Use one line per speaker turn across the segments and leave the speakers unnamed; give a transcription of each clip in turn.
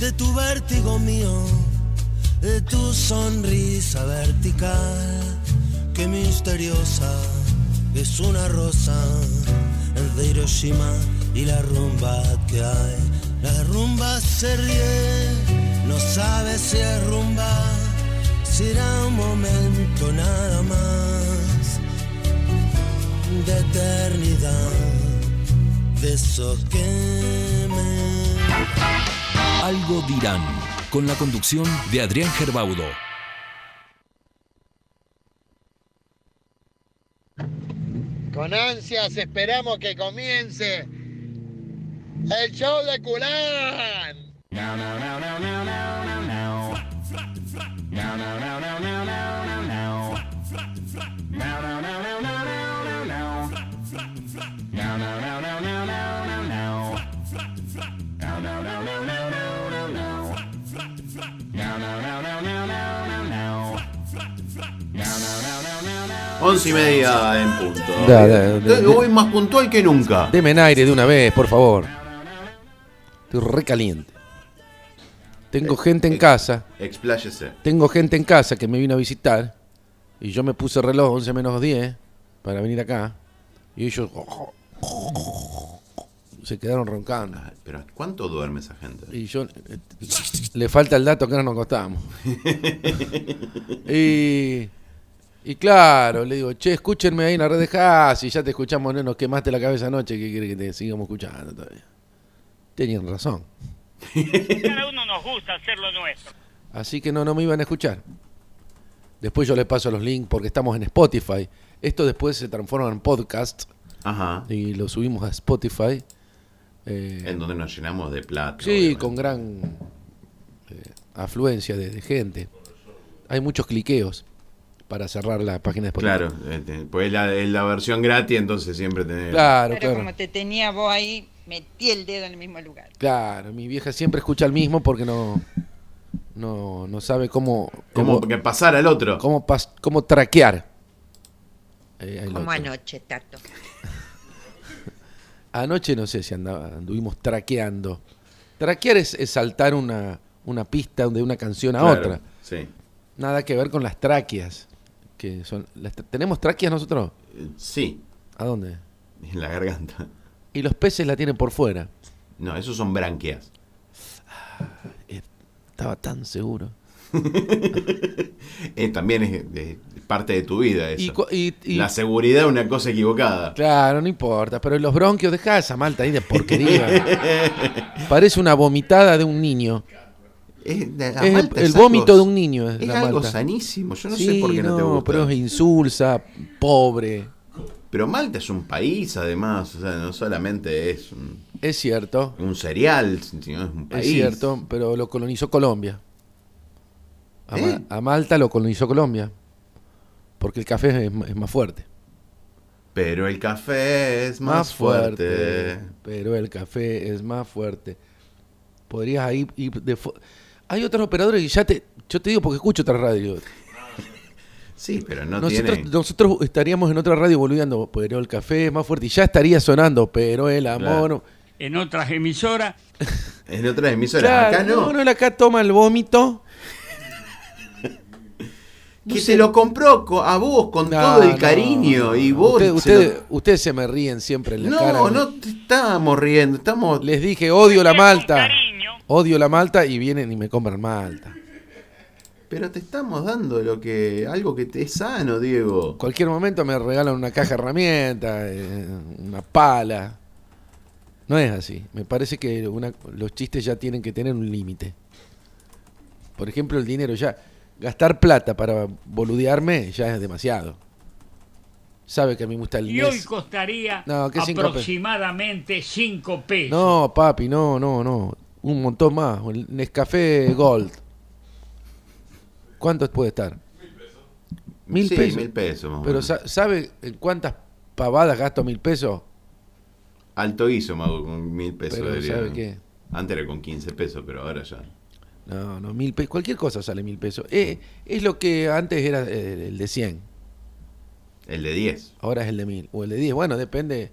de tu vértigo mío, de tu sonrisa vertical, que misteriosa es una rosa de Hiroshima y la rumba que hay. La rumba se ríe, no sabe si es rumba, será un momento nada más de eternidad, de esos que me...
Algo dirán, con la conducción de Adrián Gerbaudo.
Con ansias esperamos que comience el show de Culán.
Once y media en punto.
Da, da, da,
Entonces, Hoy más puntual que nunca.
Deme en aire de una vez, por favor. Estoy recaliente. Tengo gente en casa.
Expláyese.
Tengo gente en casa que me vino a visitar. Y yo me puse reloj 11 menos 10 para venir acá. Y ellos oh, se quedaron roncando.
Ay, Ah, Pero ¿cuánto duerme esa gente?
Y yo eh, le falta el dato que no nos costamos. y, y claro, le digo, che, escúchenme ahí en la red de Haas, y ya te escuchamos, no nos quemaste la cabeza anoche, ¿qué quiere que te sigamos escuchando todavía? Tenían razón.
Cada uno nos gusta hacer lo nuestro.
Así que no, no me iban a escuchar. Después yo les paso los links porque estamos en Spotify. Esto después se transforma en podcast
Ajá.
y lo subimos a Spotify. Eh,
En donde nos llenamos de plata.
Sí,
obviamente.
con gran eh, afluencia de, de gente. Hay muchos cliqueos para cerrar la página de Spotify.
Claro, este, pues es la, es la versión gratis, entonces siempre tenés.
claro,
Pero
claro.
como te tenía vos ahí, metí el dedo en el mismo lugar.
Claro, mi vieja siempre escucha el mismo porque no no, no sabe cómo
Como
cómo,
que pasar al otro.
cómo, pas- cómo traquear. Eh, ahí lo
Como
tengo.
anoche, Tato.
Anoche no sé si andaba, anduvimos traqueando. Traquear es, es saltar una, una pista de una canción a
Claro,
otra.
Sí. Eh,
Nada que ver con las tráqueas. Que son, las tra- ¿Tenemos tráqueas nosotros?
Sí,
¿A dónde?
en la garganta.
Y los peces la tienen por fuera.
No, esos son branquias.
Estaba tan seguro.
Eh, también es, es parte de tu vida eso.
Y, cu- y- y-
La seguridad es una cosa equivocada.
Claro, no importa. Pero los bronquios, dejá esa malta ahí de porquería. Parece una vomitada de un niño.
Es, la
Es
malta
el
es
vómito
algo-
de un niño, es
Es
la
algo
malta.
sanísimo. Yo no
Sí,
sé por qué no, te gusta.
pero
Pero,
es insulsa, pobre.
Malta es un país, además. O sea, no solamente es un,
Es cierto,
un cereal, sino es un país.
es cierto, pero lo colonizó Colombia. A, Ma-
¿Eh?
a Malta lo colonizó Colombia. Porque el café es, ma- es más fuerte.
Pero el café es más, fuerte.
Pero el café es más fuerte. Podrías ahí ir de fo- Hay otros operadores que ya te. Yo te digo porque escucho otra radio.
Sí, pero no
nosotros,
tiene.
nosotros estaríamos en otra radio boludeando, pero el café es más fuerte. Y ya estaría sonando, pero el amor.
Claro.
En otras emisoras,
En otras emisoras.
Claro,
Acá no.
no, no, él acá toma el vómito.
que se lo compró co- a vos con
No,
todo el
no,
cariño.
no,
y
no.
vos.
Usted-
se
usted-
lo-
Ustedes se me ríen siempre en la
No,
cara.
no te estamos riendo. Estamos.
Les dije, odio la
Con
malta.
cariño.
Odio la malta y vienen y me compran malta.
Pero te estamos dando lo que algo que te es sano, Diego.
En cualquier momento me regalan una caja de herramientas, eh, una pala. No es así. Me parece que una- los chistes ya tienen que tener un límite. Por ejemplo, el dinero ya. Gastar plata para boludearme ya es demasiado. Sabe que a mí me gusta el
y hoy
mes.
costaría
No, ¿qué cinco pe-
aproximadamente 5 pesos.
No, papi, no, no, no. Un montón más. El Nescafé Gold. ¿Cuánto puede estar? Mil
Sí,
pesos.
mil pesos. más o
Pero
menos.
sa- ¿sabe en cuántas pavadas gasto mil pesos?
Alto guiso, Mago, con mil pesos.
Pero,
debería,
¿sabe
¿no?
qué?
Antes era con 15 pesos, pero ahora ya.
No, no, mil pesos. Cualquier cosa sale mil pesos. Eh, es lo que antes era eh, el de 100,
El de 10.
ahora es el de mil. O el de 10. Bueno, depende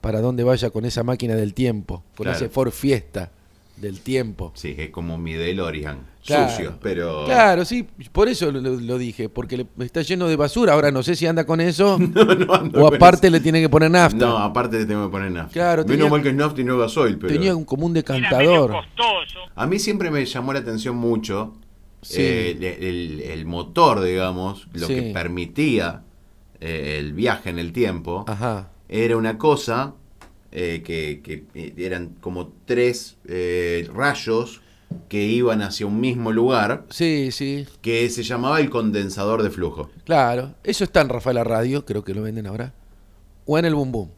para dónde vaya con esa máquina del tiempo, con
Claro.
ese Ford Fiesta. del tiempo.
Sí, es como mi DeLorean.
Claro.
Sucio, pero.
Claro, sí, por eso lo, lo dije, porque le- está lleno de basura. Ahora no sé si anda con eso
No, no ando
o
con
aparte le tiene que poner
eso.
nafta.
No, aparte le tengo que poner nafta.
Claro,
Menos
tenía-
mal que es nafta y no gasoil, pero.
Tenía un, como un
Era medio
decantador.
costoso.
A mí siempre me llamó la atención mucho
Sí.
eh, el, el- el motor, digamos, lo
Sí.
que permitía eh, el viaje en el tiempo.
Ajá.
Era una cosa eh, que, que, eh, eran como tres eh, rayos que iban hacia un mismo lugar
Sí, sí,
que se llamaba el condensador de flujo.
claro. Eso está en Rafael Radio, creo que lo venden ahora. O en el Bum Bum.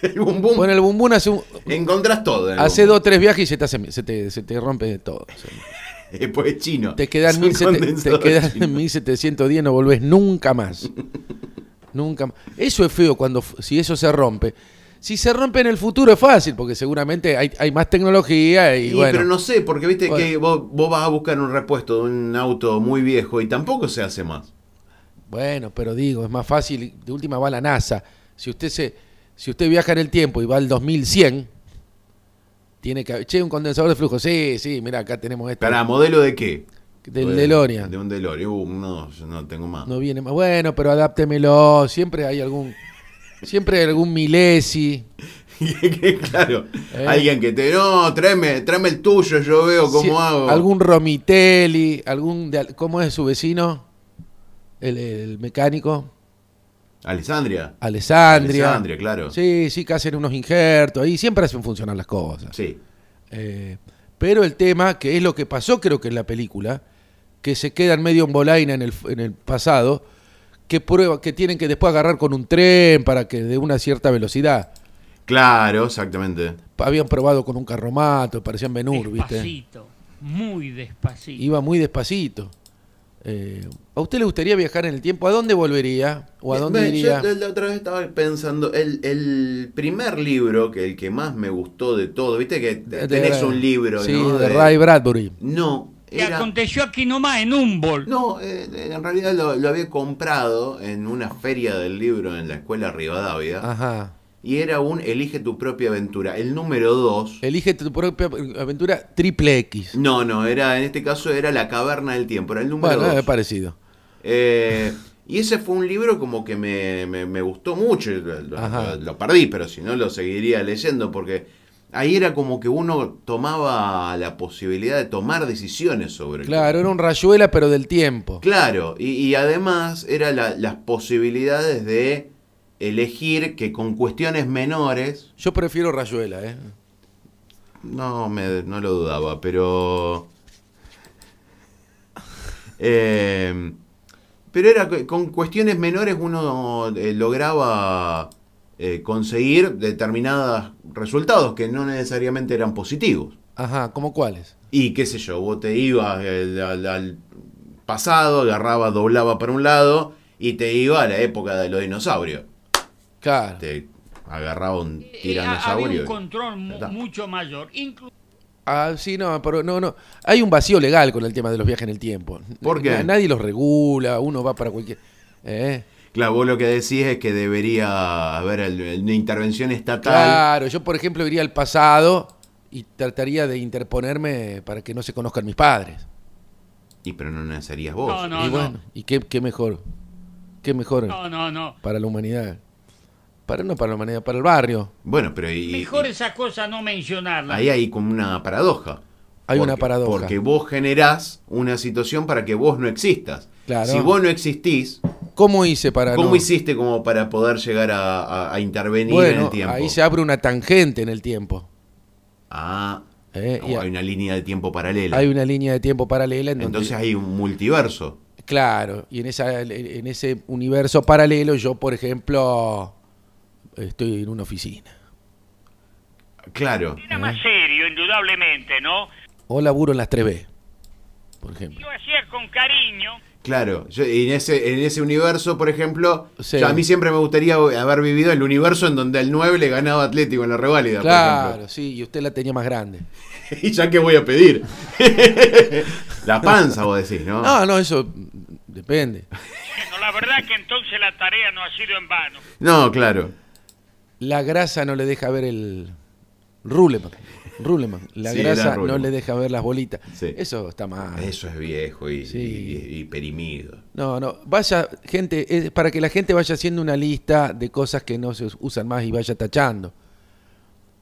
El bum bum.
O en el Bum Bum hace, un-
Encontrás todo. en el
hace
bum
dos
bum.
o tres viajes y se te, hace- se te, se te rompe todo. O sea,
Eh, pues es chino.
Te quedan,
Es un
1700 te
condensador
quedan
chino.
1710, no volvés nunca más. nunca más. Eso es feo cuando f- si eso se rompe. Si se rompe en el futuro es fácil, porque seguramente hay, hay más tecnología y,
Y,
bueno.
Pero no sé, porque viste
Bueno.
que vos, vos vas a buscar un repuesto de un auto muy viejo y tampoco se hace más.
Bueno, pero digo, es más fácil, de última va la NASA. Si usted se si usted viaja en el tiempo y va al 2100, tiene que haber- che, un condensador de flujo. Sí, sí, mira, acá tenemos este
¿Para modelo de qué?
del
Pues,
DeLorean.
De un DeLorean. Uh, no, yo no tengo más.
No viene más. Bueno, pero adáptemelo, siempre hay algún siempre hay algún Milesi.
Y es que, claro,
Eh.
alguien que te... No, tráeme, tráeme el tuyo, yo veo cómo
Sí,
hago.
Algún Romitelli, algún de al- ¿cómo es su vecino? El, el mecánico,
Alessandria.
Alessandria.
Alessandria, claro.
Sí, sí, que hacen unos injertos, ahí siempre hacen funcionar las cosas.
Sí.
Eh, pero el tema, que es lo que pasó creo que en la película, que se quedan medio en bolaina en el, en el pasado, que prueba, que tienen que después agarrar con un tren para que de una cierta velocidad.
Claro, exactamente.
Habían probado con un carromato, parecían Benur, ¿viste?
Despacito, muy despacito.
Iba muy despacito. Eh, ¿A usted le gustaría viajar en el tiempo? ¿A dónde volvería? ¿O a dónde
Ve,
iría?
Eh, Yo la- la otra vez estaba pensando, el, el primer libro, que el que más me gustó de todo, viste que
De-
tenés un libro,
sí,
¿no?
de Ray Bradbury.
No,
Que
era...
aconteció aquí nomás en Humboldt.
No, eh, en realidad lo, lo había comprado en una feria del libro en la escuela Rivadavia.
Ajá.
Y era un Elige tu propia aventura. El número 2.
Elige tu propia aventura triple X.
No, no, era en este caso era La Caverna del Tiempo. Era el número
Bueno, eh, es
2.
parecido.
y ese fue un libro como que me, me- me gustó mucho. Lo, lo-
Ajá.
lo perdí, pero si no lo seguiría leyendo porque ahí era como que uno tomaba la posibilidad de tomar decisiones sobre el
Claro, era un rayuela, pero del tiempo.
Claro, y, y además eran las posibilidades de elegir que con cuestiones menores,
Yo prefiero rayuela, ¿eh?
no, me, no lo dudaba, pero... Eh, pero era que con cuestiones menores uno eh, lograba eh, conseguir determinados resultados que no necesariamente eran positivos.
Ajá, ¿cómo cuáles?
Y qué sé yo, vos te ibas el- al, al pasado, agarraba, doblaba para un lado y te iba a la época de los dinosaurios.
Claro.
Te agarraba un
Eh, había
tiranosaurio.
un control
Ya
mu-
está.
mucho mayor. Inclu-
Ah, sí, no, pero no, no. Hay un vacío legal con el tema de los viajes en el tiempo.
¿Por qué?
Na- Nadie los regula, uno va para cualquier. ¿eh?
Claro, vos lo que decís es que debería haber el- una intervención estatal.
Claro, yo por ejemplo iría al pasado y trataría de interponerme para que no se conozcan mis padres.
Y pero no nacerías vos.
No, no.
y bueno, ¿y qué, qué mejor? ¿Qué mejor
No, no, no.
para la humanidad? Para no para la humanidad, para el barrio.
Bueno, pero y-
Mejor
y-
esa cosa no mencionarla.
ahí hay como una paradoja.
Hay una
Porque-
paradoja.
Porque vos generás una situación para que vos no existas.
Claro.
Si vos no existís,
¿Cómo hice para
¿Cómo
no?
hiciste como para poder llegar a, a- a intervenir en
Bueno,
el tiempo?
ahí se abre una tangente en el tiempo.
Ah,
Eh,
o
y
hay una línea de tiempo paralela.
Hay una línea de tiempo paralela en donde-
Entonces hay un multiverso.
Claro, y en, esa, en ese universo paralelo yo, por ejemplo, estoy en una oficina.
Claro.
Era más serio, indudablemente, ¿no?
O laburo en las 3B, por ejemplo.
Yo hacía con cariño.
Claro. Yo- en, ese, en ese universo, por ejemplo,
Sí.
yo- a mí siempre me gustaría haber vivido el universo en donde al 9 le ganaba Atlético en la reválida, por
Claro, sí, y usted la tenía más grande.
ejemplo. ¿Y ya qué voy a pedir? la panza, vos decís, ¿no?
No, no, eso mm, depende.
Bueno, la verdad que entonces la tarea no ha sido en vano.
No, claro.
La grasa no le deja ver el ruleman. Ruleman. La
Sí, era
grasa no
Ruleman.
le deja ver las bolitas.
Sí.
Eso está mal.
Ah, Eso es viejo y,
Sí.
y- y perimido.
No, no. Vaya, gente, es para que la gente vaya haciendo una lista de cosas que no se us- usan más y vaya tachando.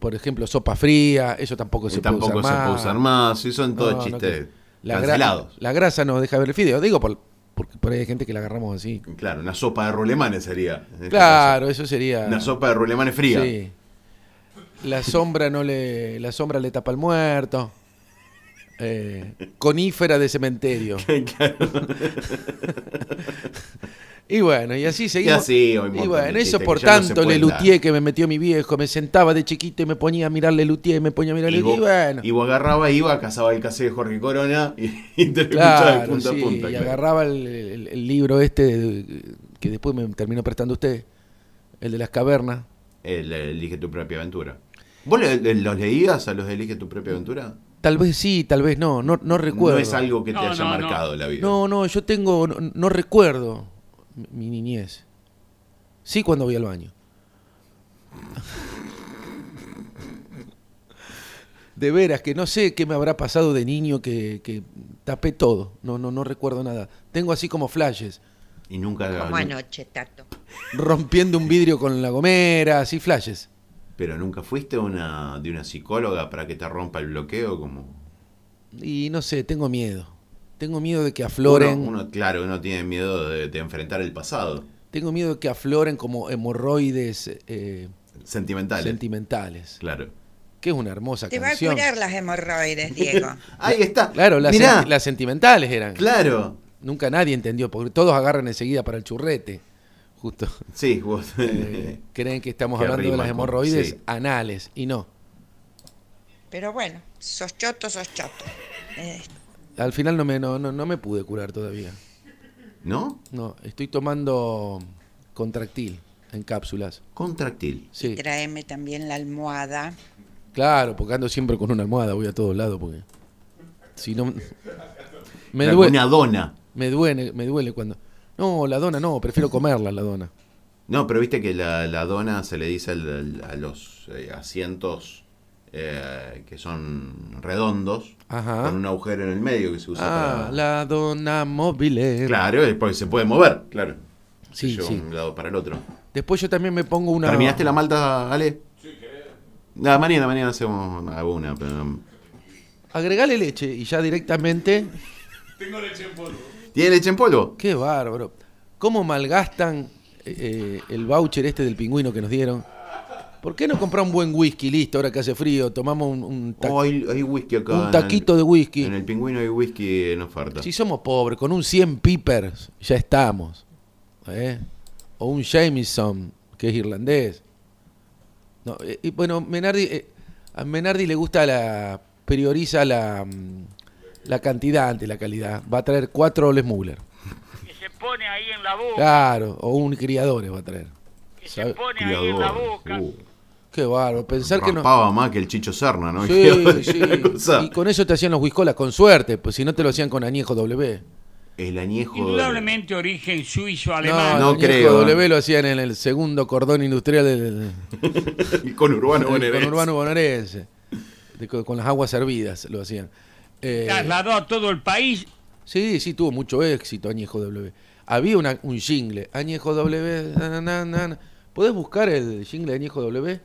Por ejemplo, sopa fría, eso tampoco se
tampoco
puede
se
usar más.
puede usar más. Sí, son todos
No, no,
chistes
que- la gra-
cancelados.
la grasa nos deja ver el fideo. Digo, por, porque por ahí hay gente que la agarramos así.
Claro, una sopa de rulemanes sería. en este
Claro, eso sería.
caso. Una sopa de rulemanes fría.
Sí. La sombra no le. La sombra le tapa al muerto. Eh, conífera de cementerio. y bueno, y así seguimos.
así, hay un
y
montón
bueno,
de
eso
chistes
por
que ya no se
tanto,
pueden
le
dar.
lutié que me metió mi viejo, me sentaba de chiquito y me ponía a mirar Lelutier y me ponía a mirar
Y
Lelutier.
vos,
Y bueno.
y vos agarraba, iba, cazaba el casé de Jorge Corona y, y te lo escuchaba de
Claro,
punta
sí,
a punta.
y
claro.
agarraba el, el- el libro este de- que después me terminó prestando usted, el de las cavernas.
El, el Eh, Elige tu propia aventura. ¿Vos le- le- los leías a los de Elige tu propia aventura?
Tal vez sí, tal vez no, no, no recuerdo.
No es algo que te
No,
haya
no, no.
marcado la vida.
No, no, yo tengo, no, no recuerdo mi- mi niñez. Sí cuando voy al baño. De veras, que no sé qué me habrá pasado de niño que, que tapé todo. No, no, no recuerdo nada. Tengo así como flashes.
Y nunca.
Como
nu-
anoche, Tato.
Rompiendo un vidrio con la gomera, así flashes.
Pero nunca fuiste una, de una psicóloga para que te rompa el bloqueo como.
Y no sé, tengo miedo. Tengo miedo de que afloren.
Uno, uno, claro, uno tiene miedo de, de enfrentar el pasado.
Tengo miedo de que afloren como hemorroides eh,
Sentimental.
sentimentales.
claro.
Que es una hermosa
Te va a
canción.
curar las hemorroides, Diego.
Ahí está.
Claro, las,
Mirá,
sen- las sentimentales eran.
Claro.
Nunca nadie entendió, porque todos agarran enseguida para el churrete. Justo.
Sí, vos.
Eh, creen que estamos
Que
hablando de
rima
las
con-
hemorroides
sí.
anales, y no.
Pero bueno, sos choto, sos choto. Eh,
Al final no me, no, no, no me pude curar todavía.
¿No?
No, estoy tomando contractil en cápsulas.
Contractil.
Sí,
tráeme también la almohada.
claro, porque ando siempre con una almohada, voy a todos lados, porque... Si no... Me
Claro,
duele,
Una dona.
me duele, me duele cuando... No, la dona no, prefiero comerla la dona.
No, pero viste que la, la dona se le dice al- al- a los eh, asientos eh, que son redondos,
Ajá.
con un agujero en el medio que se usa
Ah,
para...
la dona móvil.
Claro, es porque se puede mover, claro. Se
Sí,
lleva
sí.
de un lado para el otro.
Después yo también me pongo una.
¿Terminaste la malta, Ale? Sí, La mañana, mañana hacemos alguna, pero...
Agregale leche y ya directamente.
¿Tiene leche en polvo?
Qué bárbaro. ¿Cómo malgastan eh, eh, el voucher este del pingüino que nos dieron? ¿Por qué no comprar un buen whisky listo ahora que hace frío? Tomamos un, un ta-
Oh, hay, hay whisky acá.
Un
en el-
taquito de whisky.
En el pingüino hay whisky en oferta.
Si somos pobres, con un 100 Pipers ya estamos. ¿eh? O un Jameson, que es irlandés. No, eh, y bueno, Menardi, eh, a Menardi le gusta la. prioriza la, mm, la cantidad ante la calidad. Va a traer cuatro Oles Muller.
Que se pone ahí en la boca.
Claro, o un criadores va a traer.
Que
sabe-
se pone ahí en la
Criador.
boca.
Uh,
Qué bárbaro, pensar que no.
raspaba más que el Chicho Serna, ¿no?
Sí, sí.
Una cosa.
Y con eso te hacían los whiskolas, con suerte, pues si no te lo hacían con añejo W.
El añejo. de-
Indudablemente origen suizo
No,
alemán.
No
no
creo,
W
eh.
lo hacían en el segundo cordón industrial del,
El conurbano bonaerense.
Con urbano bonaerense. De- con, con las aguas hervidas lo hacían. Eh,
Trasladó a todo el país.
sí, sí, tuvo mucho éxito Añejo W. Había una- un jingle, Añejo W. na, na, na, na, na. ¿Podés buscar el jingle de Añejo W?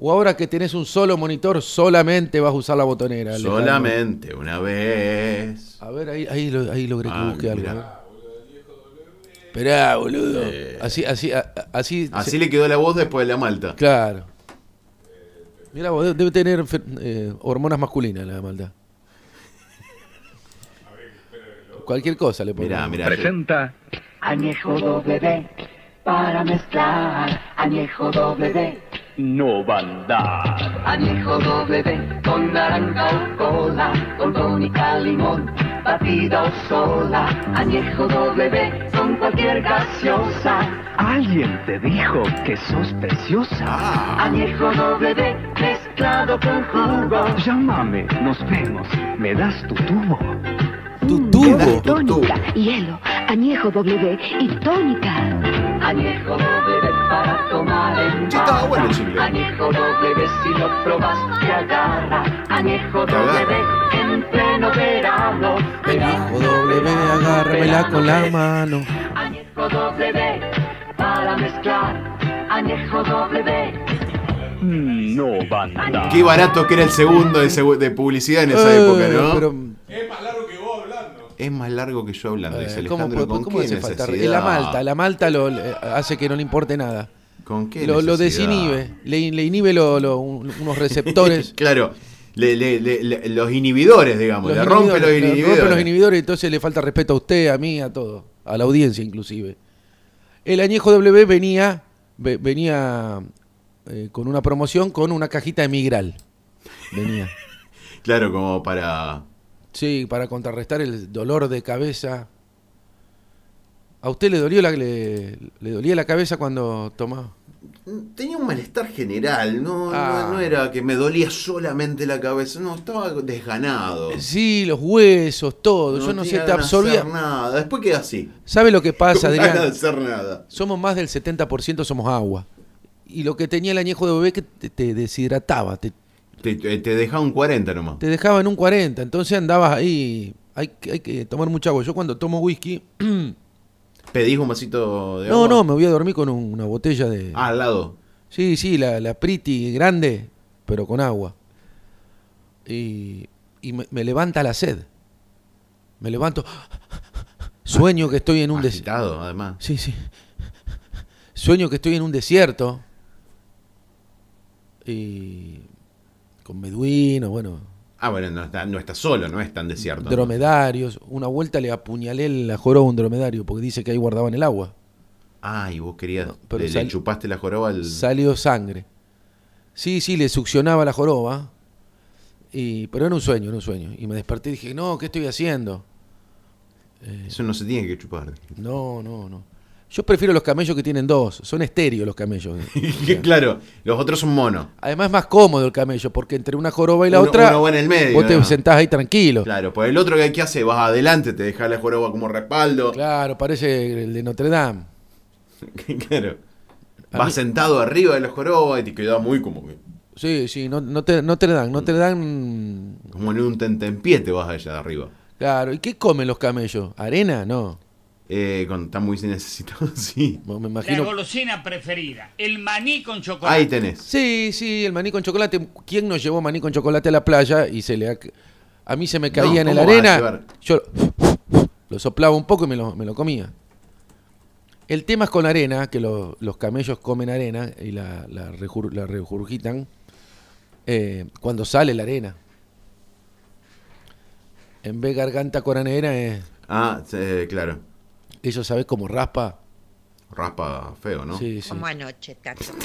O ahora que tenés un solo monitor, solamente vas a usar la botonera. Alejandro.
Solamente una vez.
A ver, ahí, ahí, lo- ahí logré que
Ah,
busque algo.
mirá.
¿eh? Esperá, boludo. Así, así, a- a- así.
Eh. Así
se-
le quedó la voz después de la malta.
Claro. Mira, vos, de- debe tener enfer- eh, hormonas masculinas la maldad. Cualquier cosa le pongo.
Mirá, mirá.
Presenta
Añejo doble D para mezclar. Añejo doble D.
No Bandar.
Añejo doble D con naranja o cola, con tónica limón, batida o sola. Añejo doble D con cualquier gaseosa.
¿Alguien te dijo que sos preciosa?
Ah,
Añejo doble D mezclado con jugo.
Llámame, nos vemos. ¿Me das tu tubo?
Tu tubo.
Tónica, hielo, añejo W y tónica.
Añejo doble D para tomar. salen
Sí, estaba bueno el jingle.
Añejo doble B, si lo probas, te agarra. Añejo
Te
doble
agarra.
B, en pleno verano.
Añejo W, agárramela con
eh.
la mano.
Añejo doble B, para mezclar. Añejo doble B.
No, banda.
Qué barato que era el segundo de, segu- de publicidad en esa
Eh,
época, ¿no?
pero,
Es más largo que yo hablando, dice
eh, ¿Cómo,
Alejandro.
cómo-
¿Con
cómo
qué
hace falta?
necesidad?
La malta, la malta lo, le- hace que no le importe nada.
¿Con qué
Lo, lo
necesidad?
desinhibe, le, le inhibe lo- lo- un- unos receptores.
Claro, le- le- le- le- los inhibidores, digamos,
Los
le rompe los
inhibidores, le
inhibidores.
rompe los inhibidores, entonces le falta respeto a usted, a mí, a todo, a la audiencia inclusive. El añejo W venía, ve- venía eh, con una promoción con una cajita de migral. Venía.
Claro, como para.
Sí, para contrarrestar el dolor de cabeza. ¿A usted le dolió la, le, le dolía la cabeza cuando tomaba?
Tenía un malestar general, no,
Ah.
no, no era que me dolía solamente la cabeza, no, estaba desganado.
Sí, los huesos, todo. Yo no sé,
tenía
te
ganas de
absorbía.
hacer nada, después queda así.
¿Sabe lo que pasa,
Con ganas de
Adrián?
hacer nada.
Somos más del 70% somos agua. Y lo que tenía el añejo de bebé que te, te deshidrataba, te,
Te, te te dejaba un 40 nomás.
te dejaba en un 40, entonces andabas ahí. Hay, que- hay que tomar mucha agua. Yo cuando tomo whisky,
¿Pedís un vasito de
no,
agua?
no, me voy a dormir con un- una botella de...
Ah, al lado.
Sí, sí, la, la pretty grande, pero con agua. Y, y me, me levanta la sed. Me levanto. Sueño que estoy en un desierto.
Agitado, además.
Sí, sí. Sueño que estoy en un desierto. Y. con beduinos, bueno.
Ah, bueno, no está, no está solo, no es tan desierto. ¿no?
dromedarios. Una vuelta le apuñalé la joroba a un dromedario porque dice que ahí guardaban el agua.
Ah, y vos querías.
No, pero
le, le
sal-
chupaste la joroba al.
Salió sangre. Sí, sí, le succionaba la joroba. Y, pero era un sueño, era un sueño. Y me desperté y dije, no, ¿qué estoy haciendo?
Eso no se tiene que chupar.
No, no, no. Yo prefiero los camellos que tienen dos. Son estéreos los camellos.
claro, los otros son monos.
Además es más cómodo el camello, porque entre una joroba y la
Uno-
otra,
uno va en el medio,
vos te
¿no?
sentás ahí tranquilo. Claro.
Claro, pues el otro que hay que hacer, vas adelante, te deja la joroba como respaldo.
parece el de Notre Dame.
claro.
A
Vas
mí-
sentado arriba de la joroba y te quedás muy como que.
Sí, sí, no, no te, Notre Dame, Notre Dame...
Como en un tentempié te vas allá de arriba.
Claro, ¿y qué comen los camellos? ¿Arena? No.
Eh, cuando estás muy necesitado, sí.
Bueno, Me
La
imagino...
golosina preferida, el maní con chocolate.
Ahí tenés.
Sí, sí, el maní con chocolate. ¿Quién no llevó maní con chocolate a la playa y se le... ha- A mí se me caía en la
¿cómo vas a
arena.
llevar?
Yo lo soplaba un poco y me lo, me lo comía. El tema es con arena, que lo- los camellos comen arena y la, la, rejur- la regurgitan eh, cuando sale la arena. En vez de garganta coranera, eh,
Ah, sí, claro.
ellos sabés cómo raspa.
Raspa feo, ¿no?
Sí, sí.
Como anoche, Tato.
Vos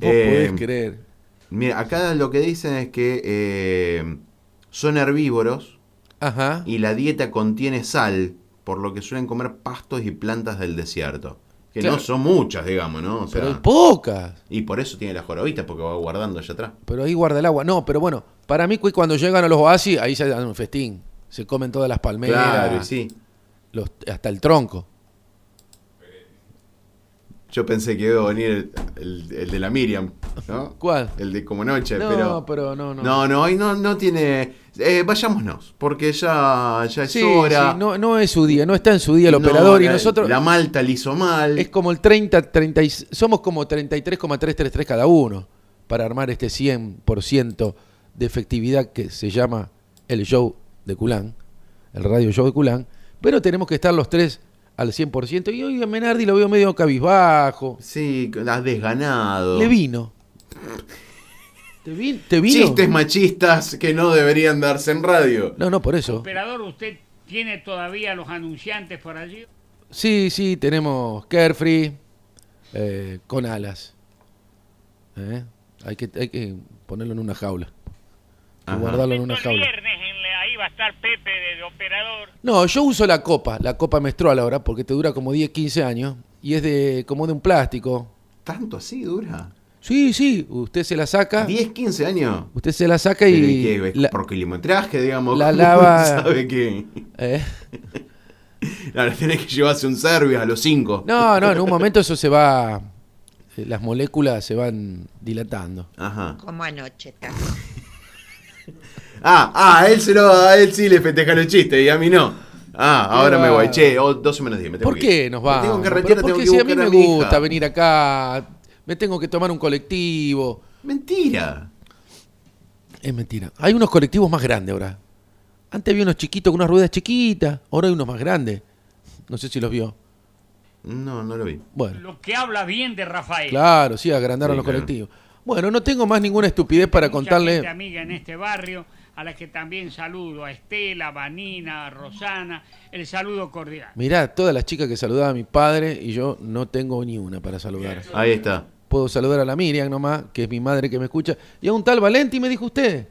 Eh,
podés creer.
Mira, acá lo que dicen es que eh, son herbívoros
Ajá.
y la dieta contiene sal, por lo que suelen comer pastos y plantas del desierto. Que
Claro.
no son muchas, digamos, ¿no? O sea,
Pero hay pocas.
y por eso tiene la jorobita, porque va guardando allá atrás.
Pero ahí guarda el agua. No, pero bueno, para mí cu- cuando llegan a los oasis, ahí se dan un festín. Se comen todas las palmeras,
Claro, y sí.
los- hasta el tronco.
Yo pensé que iba a venir el, el- el de la Miriam, ¿no?
¿Cuál?
El de como noche,
No,
pero...
pero no, no.
No, no, hoy no, no tiene... eh, vayámonos, porque ya, ya es
Sí,
hora.
sí, no, no es su día, no está en su día el operador. Y
la-
nosotros
La malta le hizo mal.
es como el 30, 30, y- somos como 33,333 cada uno para armar este 100% de efectividad que se llama el show de Culán, el radio show de Culán. Pero tenemos que estar los tres al 100%. Y hoy a Menardi lo veo medio cabizbajo.
Sí, has desganado.
Le vino. ¿Te, vi- te vino?
Chistes machistas que no deberían darse en radio.
No, no, por eso.
Operador, ¿usted tiene todavía los anunciantes por allí?
Sí, sí, tenemos Carefree eh, con alas. ¿Eh? Hay, que, hay que ponerlo en una jaula. Y
Ajá.
guardarlo en una
Esto el
jaula.
viernes en la- ahí va a estar Pepe de, de operador.
No, yo uso la copa, la copa menstrual ahora, porque te dura como 10, 15 años. Y es de como de un plástico.
¿Tanto así dura?
Sí, sí, usted se la saca.
¿10, 15 años?
Usted se la saca
Pero, ¿y
y.
qué? ¿Es
Ah. la-
por kilometraje, digamos.
la
¿Cómo
lava-
¿Sabe qué?
¿eh?
No, lo tenés que llevarse un serbio a los cinco.
No, no, en un momento eso se va. eh, Las moléculas se van dilatando.
Ajá.
Como anoche, tal.
Ah, ah, a él, se lo, a él sí le festeja los chistes y a mí no. Ah, ahora me voy. Che, oh, 12 menos 10. me tengo
¿Por
que
qué
ir.
nos
Me
va?
Tengo que retirar, tengo
porque
que
si a
buscar
mí me
mi hija.
gusta venir acá, me tengo que tomar un colectivo.
Mentira.
Es mentira. Hay unos colectivos más grandes ahora. Antes había unos chiquitos con unas ruedas chiquitas, ahora hay unos más grandes. No sé si los vio.
No, no lo vi.
Bueno,
Lo que habla bien de Rafael.
claro, sí, agrandaron
Sí,
los
claro.
colectivos. Bueno, no tengo más ninguna estupidez para
Mucha gente
contarle.
amiga en este barrio, a la que también saludo, a Estela, Vanina, a Rosana, el saludo cordial.
Mirá, todas las chicas que saludaba a mi padre y yo no tengo ni una para saludar.
Ahí está.
Puedo saludar a la Miriam nomás, que es mi madre que me escucha. Y a un tal Valenti me dijo usted.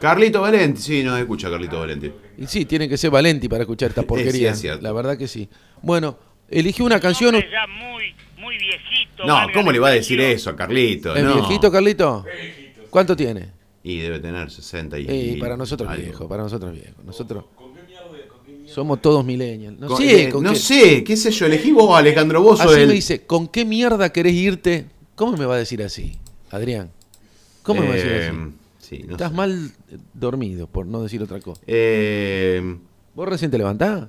Carlito Valenti. Sí, nos escucha Carlito Valenti.
Y sí, tienen que ser Valenti para escuchar esta porquería.
es cierto.
La verdad que sí. Bueno, elige una canción.
Hombre ya muy, muy viejito.
No,
valga
¿cómo
la
le va a decir
expresión.
eso a Carlito?
¿Es
No.
viejito, Carlito? ¿Cuánto tiene?
Y debe tener 60 y.
Eh, para nosotros
algo.
viejo, para nosotros viejo. Nosotros somos todos millennials. No
Con-
sé,
eh,
con
no
qué-
sé, qué sé yo, elegí vos, Alejandro, vos sos
Así
el-
me dice, ¿con qué mierda querés irte? ¿Cómo me va a decir así, Adrián? ¿Cómo me va a decir
Eh,
así?
Sí, no
Estás
sé.
mal eh, dormido, por no decir otra cosa.
Eh,
¿Vos recién te levantás?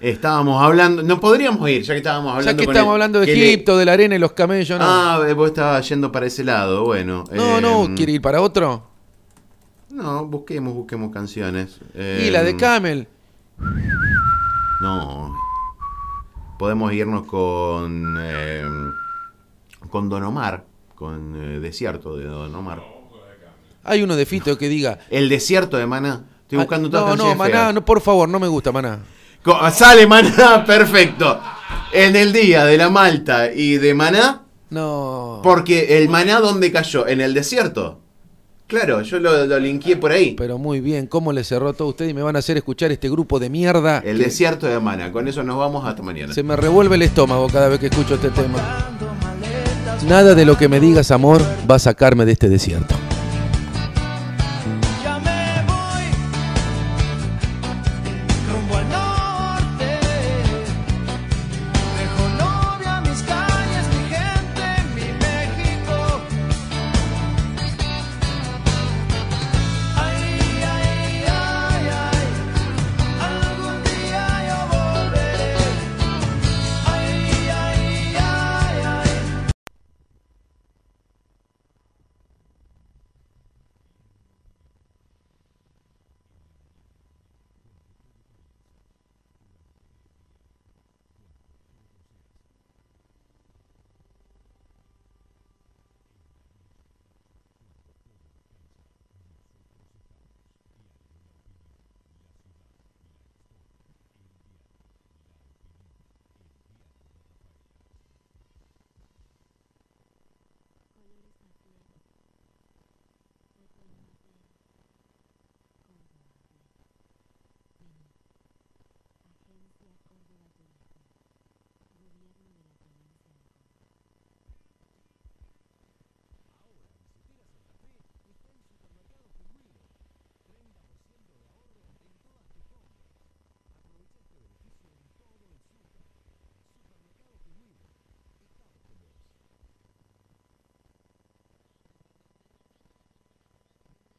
estábamos hablando, no podríamos ir, ya que estábamos hablando.
Ya que
con
estamos
él,
hablando de
que le-
Egipto, de la arena y los camellos, no.
Ah, eh, vos estabas yendo para ese lado, bueno.
no,
eh,
no, ¿quiere ir para otro?
No, busquemos, busquemos canciones.
y la de
eh,
Camel.
No. Podemos irnos con. eh, con Don Omar, con eh, Desierto de Don Omar.
Hay uno de Fito que diga.
El Desierto de Maná. Estoy buscando todas
Ah, No, no,
canciones
Maná,
feas.
no, por favor, no me gusta Maná.
Co- Sale Maná, perfecto. En el día de la Malta y de Maná,
No.
porque el Maná, ¿dónde cayó? En el desierto. Claro, yo lo, lo linkeé por ahí.
Pero muy bien, ¿cómo le cerró todo a usted? Y me van a hacer escuchar este grupo de mierda.
El desierto de Maná. Con eso nos vamos hasta mañana.
Se me revuelve el estómago cada vez que escucho este tema. Nada de lo que me digas, amor, va a sacarme de este desierto.
Ya me voy rumbo al norte. Dejo novia, mis calles, mi gente, mi México. Ay, ay, ay, ay. Algún día yo volveré. Ay, ay, ay, ay.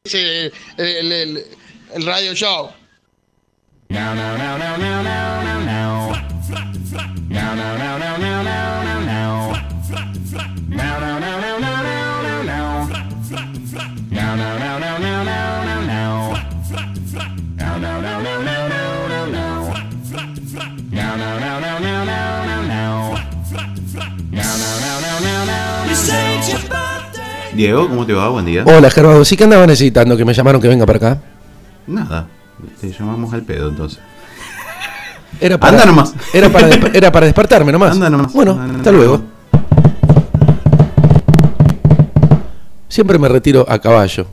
Sí, el, el- el- el radio show.
Diego, ¿cómo te va? Buen día.
Hola, Gerardo, ¿sí que andaba necesitando que me llamaron que venga para acá?
Nada. Te llamamos al pedo entonces.
Era para,
Anda nomás.
Era para, despe- era para despertarme nomás.
Anda nomás.
Bueno,
Anda nomás.
hasta luego. Siempre me retiro a caballo.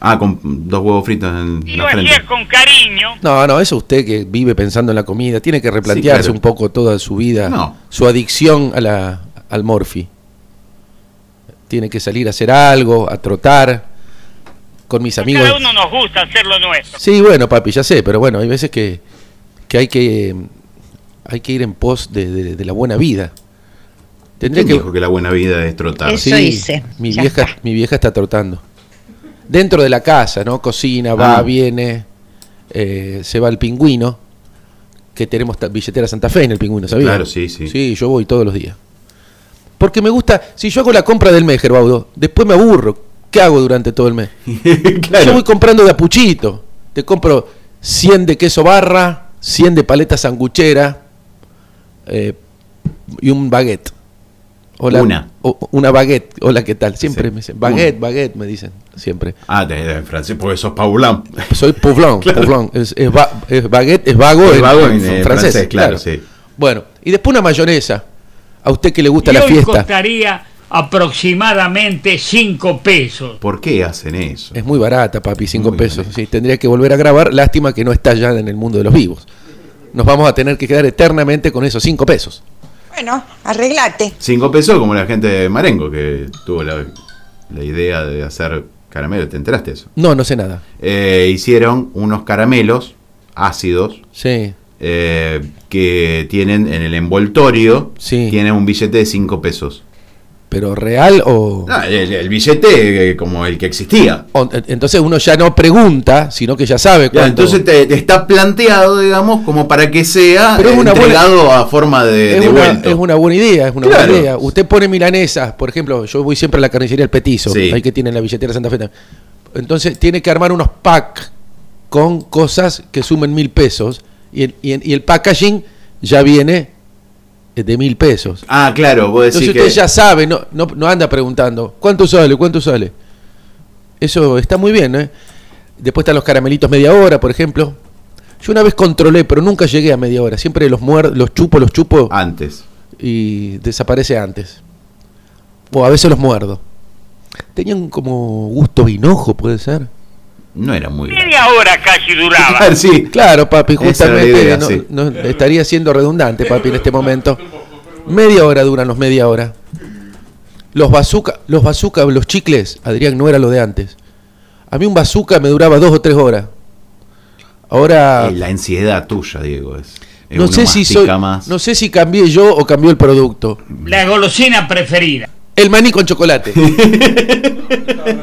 Ah, con dos huevos fritos en
Iba
la
a
frente.
decir con cariño,
No, no, eso usted que vive pensando en la comida, tiene que replantearse
claro.
un poco toda su vida,
No.
su adicción a la, al morfi. Tiene que salir a hacer algo, a trotar, con mis
A
amigos.
cada uno nos gusta hacer lo nuestro.
Sí, bueno, papi, ya sé, pero bueno, hay veces que, que hay que hay que ir en pos de, de- de la buena vida. Tendría
¿Quién
que
dijo que la buena vida es trotar?
Eso hice,
Mi
ya
vieja,
está.
mi vieja está trotando. Dentro de la casa, ¿no? Cocina, va,
Ah.
viene, eh, se va el pingüino, que tenemos ta- billetera Santa Fe en el pingüino, ¿sabías?
Claro, sí, sí.
Sí, yo voy todos los días. Porque me gusta, si yo hago la compra del mes, Gerbaudo, después me aburro. ¿Qué hago durante todo el mes? Yo voy
claro.
comprando de apuchito. Te compro 100 de queso barra, 100 de paleta sanguchera eh, y un baguette. Hola.
Una.
O- o una baguette. Hola, ¿qué tal? Siempre
Sí.
me dicen, baguette, baguette, me dicen. Siempre.
Ah, te- en francés, porque sos paulán.
Soy poblón, poblón. Es, es va- es baguette, es vago,
Es
en-
vago
en,
en,
fr-
eh,
francés.
francés, claro,
claro,
sí.
Bueno, y después una mayonesa. A usted que le gusta
Y
la
hoy
fiesta.
costaría aproximadamente 5 pesos.
¿Por qué hacen eso?
Es muy barata, papi, cinco
Muy
pesos.
barata.
Sí, tendría que volver a grabar. Lástima que no está ya en el mundo de los vivos. Nos vamos a tener que quedar eternamente con esos cinco pesos.
Bueno, arreglate.
Cinco pesos como la gente de Marengo que tuvo la, la idea de hacer caramelos. ¿Te enteraste de eso?
No, no sé nada.
Eh, hicieron unos caramelos ácidos
Sí.
eh, que tienen en el envoltorio
Sí.
tienen un billete de cinco pesos.
¿Pero real o.?
Ah, el, el billete eh, como el que existía.
o- en- Entonces uno ya no pregunta, sino que ya sabe
Ya,
cuánto.
entonces te, te está planteado, digamos, como para que sea
Pero es
eh,
una buena-
entregado a forma de,
es,
de
una,
vuelto.
es una buena idea, es una
Claro.
buena idea. Usted pone milanesas, por ejemplo, yo voy siempre a la carnicería del Petizo,
Sí.
ahí que tiene la billetera Santa Fe. también. Entonces tiene que armar unos packs con cosas que sumen mil pesos y el, y el- y el packaging ya viene de mil pesos.
Ah, claro, vos decís
Entonces
que
usted ya sabe, no, no, no anda preguntando, ¿cuánto sale? ¿Cuánto sale? Eso está muy bien, ¿eh? Después están los caramelitos media hora, por ejemplo. Yo una vez controlé, pero nunca llegué a media hora. Siempre los muerdo, los chupo, los chupo
antes.
y desaparece antes. O a veces los muerdo. Tenían como gusto hinojo, puede ser.
No era muy grande.
Media hora casi duraba.
Claro, sí.
Claro, papi,
Esa era la
justamente
idea,
no-
sí.
no- estaría siendo redundante, papi, en este momento. Media hora duran los media hora. Los bazooka, los bazooka, los chicles, Adrián, no era lo de antes. A mí un bazooka me duraba dos o tres horas. Ahora,
Eh, La ansiedad tuya, Diego, es. es
no
uno
sé, si soy,
mastica más.
no sé si cambié yo o cambió el producto.
La golosina preferida.
El maní con chocolate.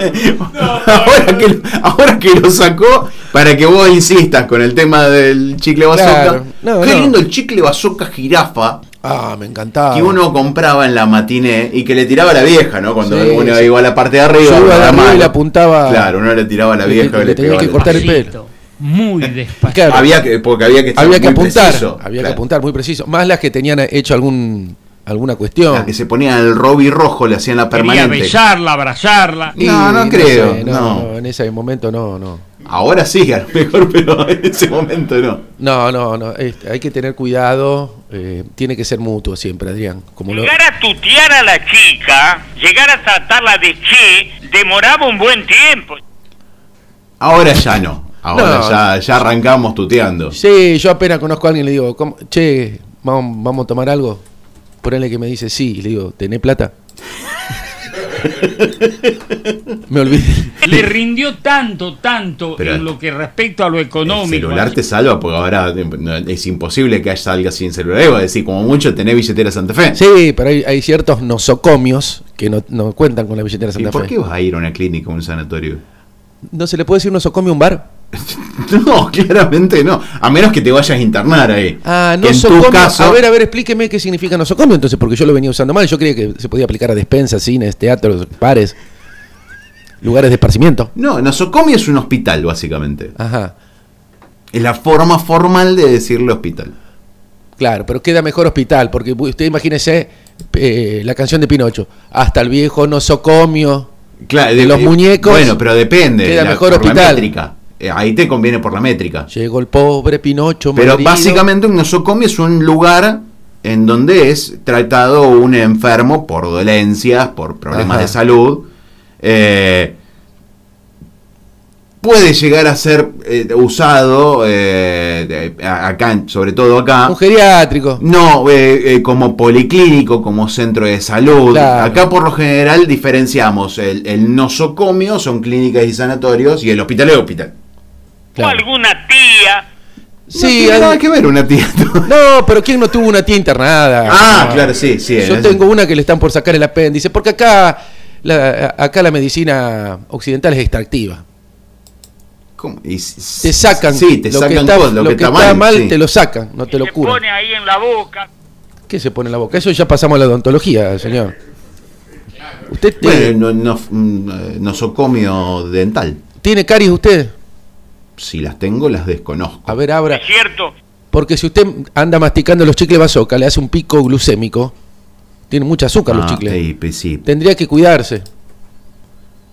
ahora, que, lo- ahora que lo sacó, para que vos insistas con el tema del chicle bazooka.
Claro. No,
Qué
no.
lindo el chicle bazooka jirafa
Ah, me encantaba.
que uno compraba en la matiné y que le tiraba a la vieja, ¿no? Cuando
Sí,
uno
sí.
iba a la parte de arriba,
Yo iba
con
a la arriba y
mano.
le apuntaba-
Claro, uno le tiraba a la
Le-
vieja
le
y le
tenía
pegaba
que
la-
cortar el
Despacito, Muy despacito.
Claro.
Había que, porque había que ser
había que
muy
apuntar,
preciso,
había que
claro.
apuntar muy preciso, más las que tenían hecho algún alguna
Las
cuestión.
que se ponían el robi rojo, le hacían la
Quería
permanente.
besarla, abrazarla.
Y
No, no creo,
sé,
no.
en ese momento no, no.
Ahora sí, a lo mejor, pero en ese momento no.
No, no, no, es- hay que tener cuidado, eh, tiene que ser mutuo siempre, Adrián, como lo-
Llegar a tutear a la chica, llegar a tratarla de che, demoraba un buen tiempo.
Ahora ya no. Ahora
No.
ya, ya arrancamos tuteando.
Sí, yo apenas conozco a alguien y le digo, "¿Cómo- "Che, vamos, vamos a tomar algo." Ponele que me dice, "Sí", y le digo, "¿Tenés plata?" me olvidé.
Le rindió tanto, tanto
Pero-
en lo que respecto a lo
El
económico.
celular te salva porque ahora eh, no, es imposible que salga sin celular. Iba a decir, como mucho tenés billetera Santa Fe.
Sí, pero hay, hay ciertos nosocomios que no, no cuentan con la billetera
¿Y
Santa
por
Fe.
qué vas a ir a una clínica o un sanatorio?
¿No se le puede decir nosocomio a un bar?
No, claramente no. A menos que te vayas a internar ahí.
Ah,
Que
nosocomio. A ver, a ver, explíqueme qué significa nosocomio entonces, porque yo lo venía usando mal. Yo creía que se podía aplicar a despensas, cines, teatros, bares, lugares de esparcimiento.
No, nosocomio es un hospital, básicamente.
Ajá,
Es la forma formal de decirle hospital.
claro, pero queda mejor hospital, porque usted imagínese eh, la canción de Pinocho, hasta el viejo nosocomio.
Claro,
Los muñecos-
Eh, Bueno, pero depende.
Queda mejor
por la
hospital.
métrica. Eh, Ahí te conviene por la métrica.
Llegó el pobre Pinocho.
Pero
malherido.
básicamente un nosocomio es un lugar en donde es tratado un enfermo por dolencias, por problemas
Ajá.
de salud. eh, puede llegar a ser eh, usado eh, de- a- acá, en- sobre todo acá.
Un geriátrico.
No, eh, eh, como policlínico, como centro de salud.
Claro.
Acá por lo general diferenciamos el, el nosocomio, son clínicas y sanatorios, y el hospital es hospital.
O
Claro.
alguna tía.
No
Sí,
tiene nada
al-
que ver una tía.
no, pero ¿quién no tuvo una tía internada?
ah, claro, sí, sí. en
Yo
eso.
tengo una que le están por sacar el apéndice, porque acá la, acá la medicina occidental es extractiva.
¿Cómo? Y s-
Te sacan,
Sí, te
lo,
sacan
que está,
todo, lo, que está mal. sí.
te lo sacan, no te
y
lo
se
curan.
pone ahí en la boca.
¿Qué se pone en la boca? Eso ya pasamos a la odontología, señor. ¿Usted te-
Bueno, no- no- mm, eh, nosocomio dental.
tiene caries usted?
Si las tengo, las desconozco.
A ver, abra.
Es cierto.
Porque si usted anda masticando los chicles bazooka, le hace un pico glucémico. Tiene mucha azúcar los
Ah,
chicles.
ey, pues sí.
Tendría que cuidarse.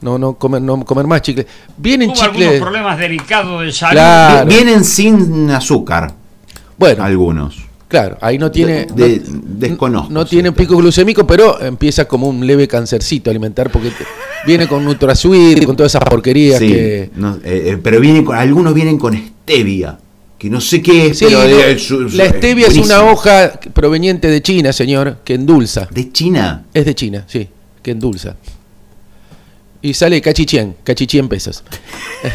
No, no comer, no comer más chicle. Vienen
Hubo algunos
chicles.
problemas delicados de salud.
Claro.
Vi- Vienen sin azúcar,
Bueno,
algunos.
claro, ahí no tiene.
De-
no-
desconozco,
No
sí,
tiene
está.
pico glucémico, pero empieza como un leve cancercito alimentar porque te- viene con Nutrasuit, con todas esas porquerías
Sí,
que.
no, eh, eh, pero vienen con- algunos vienen con stevia, que no sé qué es,
Sí,
pero
no,
eh, su- su-
la stevia es una
buenísimo.
hoja proveniente de China, señor, que endulza.
de China.
Es de China, sí, que endulza. Y sale cachichén, cachichén pesos.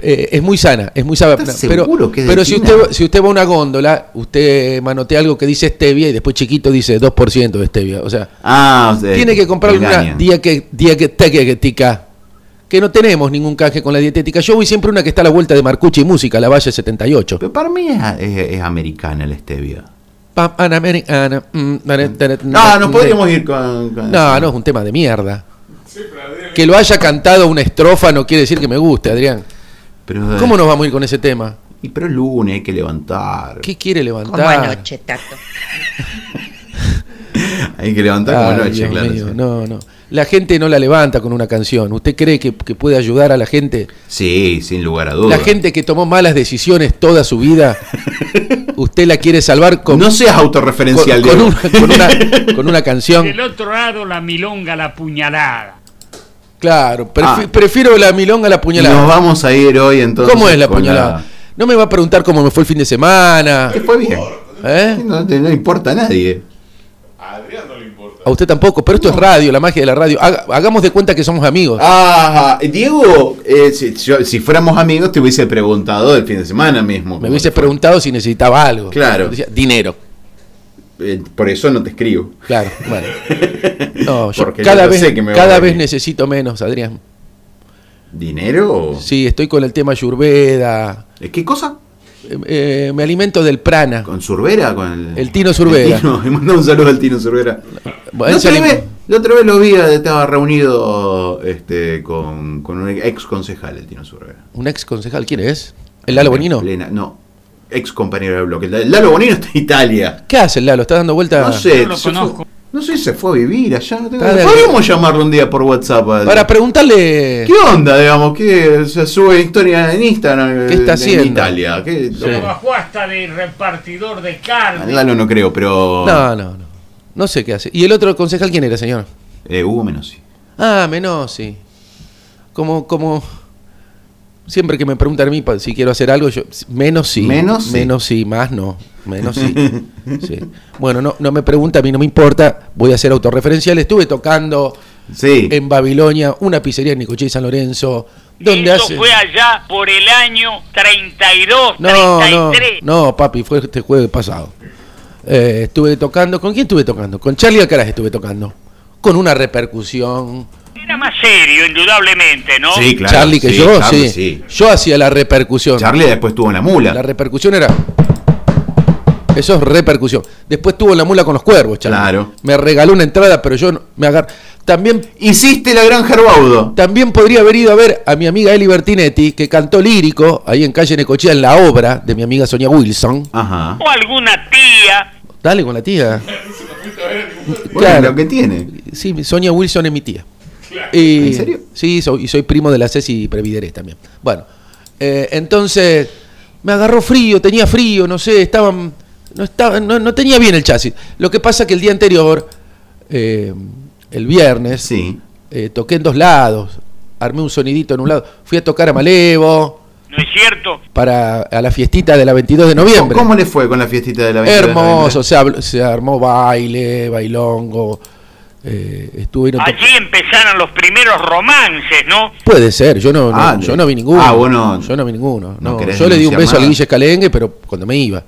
Eh, es muy sana, es muy sana.
¿Estás
pero
seguro que es de
pero si,
China?
usted, si usted va a una góndola, usted manotea algo que dice stevia y después chiquito dice 2% de stevia. O sea,
Ah, o sea,
tiene que comprar alguna
engañan.
día que dietética. Que no tenemos ningún canje con la dietética. Yo voy siempre a una que está a la vuelta de Marcucci y Música, la Valle 78.
Pero para mí es, es- es americana la stevia.
Pam, ana, meri, ana, mm, nare, nare,
No, no
nare.
podríamos ir con. con-
No, no es un tema de mierda. Que lo haya cantado una estrofa no quiere decir que me guste, Adrián.
Pero, eh,
¿Cómo nos vamos a ir con ese tema?
Y pero es lunes, hay que levantar.
¿Qué quiere
Como
levantar?
anoche, Tato.
Hay que levantar
Ay,
como noche,
Dios
claro.
mío,
sí.
No, no. La gente no la levanta con una canción. ¿Usted cree que, que puede ayudar a la gente?
Sí, sin lugar a dudas.
La gente que tomó malas decisiones toda su vida, usted la quiere salvar con,
No seas
con-
autorreferencial,
con
Diego.
una, con una- con una canción.
Del otro lado, la milonga, la puñalada.
Claro, prefi-
Ah.
prefiero la milonga a la puñalada.
Nos vamos a ir hoy entonces.
¿Cómo es la
con
puñalada? No me va a preguntar cómo me fue el fin de semana.
Que fue bien.
¿eh?
No, te- no importa a nadie.
A usted tampoco, pero esto es radio, la magia de la radio. Haga- hagamos de cuenta que somos amigos.
Ah, Diego, eh, si, yo- si fuéramos amigos te hubiese preguntado el fin de semana mismo.
Me hubiese preguntado si necesitaba algo.
Claro.
Decía, dinero.
Eh, por eso no te escribo.
Claro, bueno. No, yo
Porque
cada
yo
vez,
sé que me va
cada
a
vez
venir.
necesito menos, Adrián.
¿Dinero?
Sí, estoy con el tema Yurveda.
Eh, ¿Qué cosa?
me alimento del prana.
¿Con Cervera? Con
El Tino Cervera.
El Tino, Le mandamos un saludo al Tino Cervera.
Bueno,
la,
se
otra
alim-
vez, la otra vez lo vi, estaba reunido este, con, con un ex concejal, el Tino Cervera.
Un ex concejal, ¿quién es? ¿El Lalo Bonino?
Plena- no, ex compañero de bloque. El Lalo Bonino está en Italia.
¿Qué hace el Lalo? ¿Está dando vuelta?
No sé,
No lo
se fue-
conozco.
no sé si se fue a vivir allá. No tengo-
Está de-
Podríamos llamarlo un día por WhatsApp. al-
Para preguntarle.
¿Qué onda, digamos? ¿Qué se sube historia en Instagram? eh,
¿Qué está
en
haciendo?
Italia. ¿Qué-
Trabajó hasta de repartidor de carne.
Lalo no creo, pero
No, no, no. No sé qué hace. ¿Y el otro concejal quién era, señor?
eh, Hugo Menossi.
Ah, Menossi. Como, como. Siempre que me preguntan a mí pa- si quiero hacer algo, yo. Menos sí.
Menos sí.
Menos sí, más no. Menos sí. Sí. Bueno, no, no me pregunta, a mí no me importa. Voy a hacer autorreferencial. Estuve tocando
Sí.
en Babilonia, una pizzería en Nicoche y San Lorenzo. Donde
Eso
hace.
fue allá por el año 32,
No, no,
33.
no, papi, fue este jueves pasado. Eh, estuve tocando, ¿con quién estuve tocando? Con Charlie Alcaraz estuve tocando. Con una repercusión.
Era más serio, indudablemente, ¿no?
Sí, claro.
Charlie que
sí,
yo,
Charlie,
sí. Yo hacía la repercusión.
Charlie después tuvo la mula.
La repercusión era. Eso es repercusión. Después tuvo la mula con los cuervos, Charlie.
Claro.
Me regaló una entrada, pero yo no- me agarré. También,
Hiciste la gran Gerbaudo.
también podría haber ido a ver a mi amiga Eli Bertinetti, que cantó lírico ahí en calle Necochea en la obra de mi amiga Sonia Wilson.
Ajá.
O alguna tía.
Dale con la tía.
Bueno, lo que tiene.
Sí, Sonia Wilson es mi tía. Y-
¿En serio?
Sí, soy, y soy primo de la Ceci Previderés también. Bueno, eh, entonces me agarró frío, tenía frío, no sé, estaban. No, estaba, no, no tenía bien el chasis. Lo que pasa que el día anterior, eh, el viernes,
Sí.
eh, toqué en dos lados. armé un sonidito en un lado. Fui a tocar a Malevo
¿No es cierto?
para a la fiestita de la 22 de noviembre.
¿Cómo le fue con la fiestita de la avenida de
Hermoso, se, habl- se armó baile, bailongo. eh, estuvieron to-
Allí empezaron los primeros romances, ¿no?
Puede ser, yo no, no-
Ah,
yo no vi ninguno.
ah, vos no-
Yo no vi ninguno.
no
no.
querés
yo le di un
denunciar
beso al
nada.
Guille Calengue, pero cuando me iba.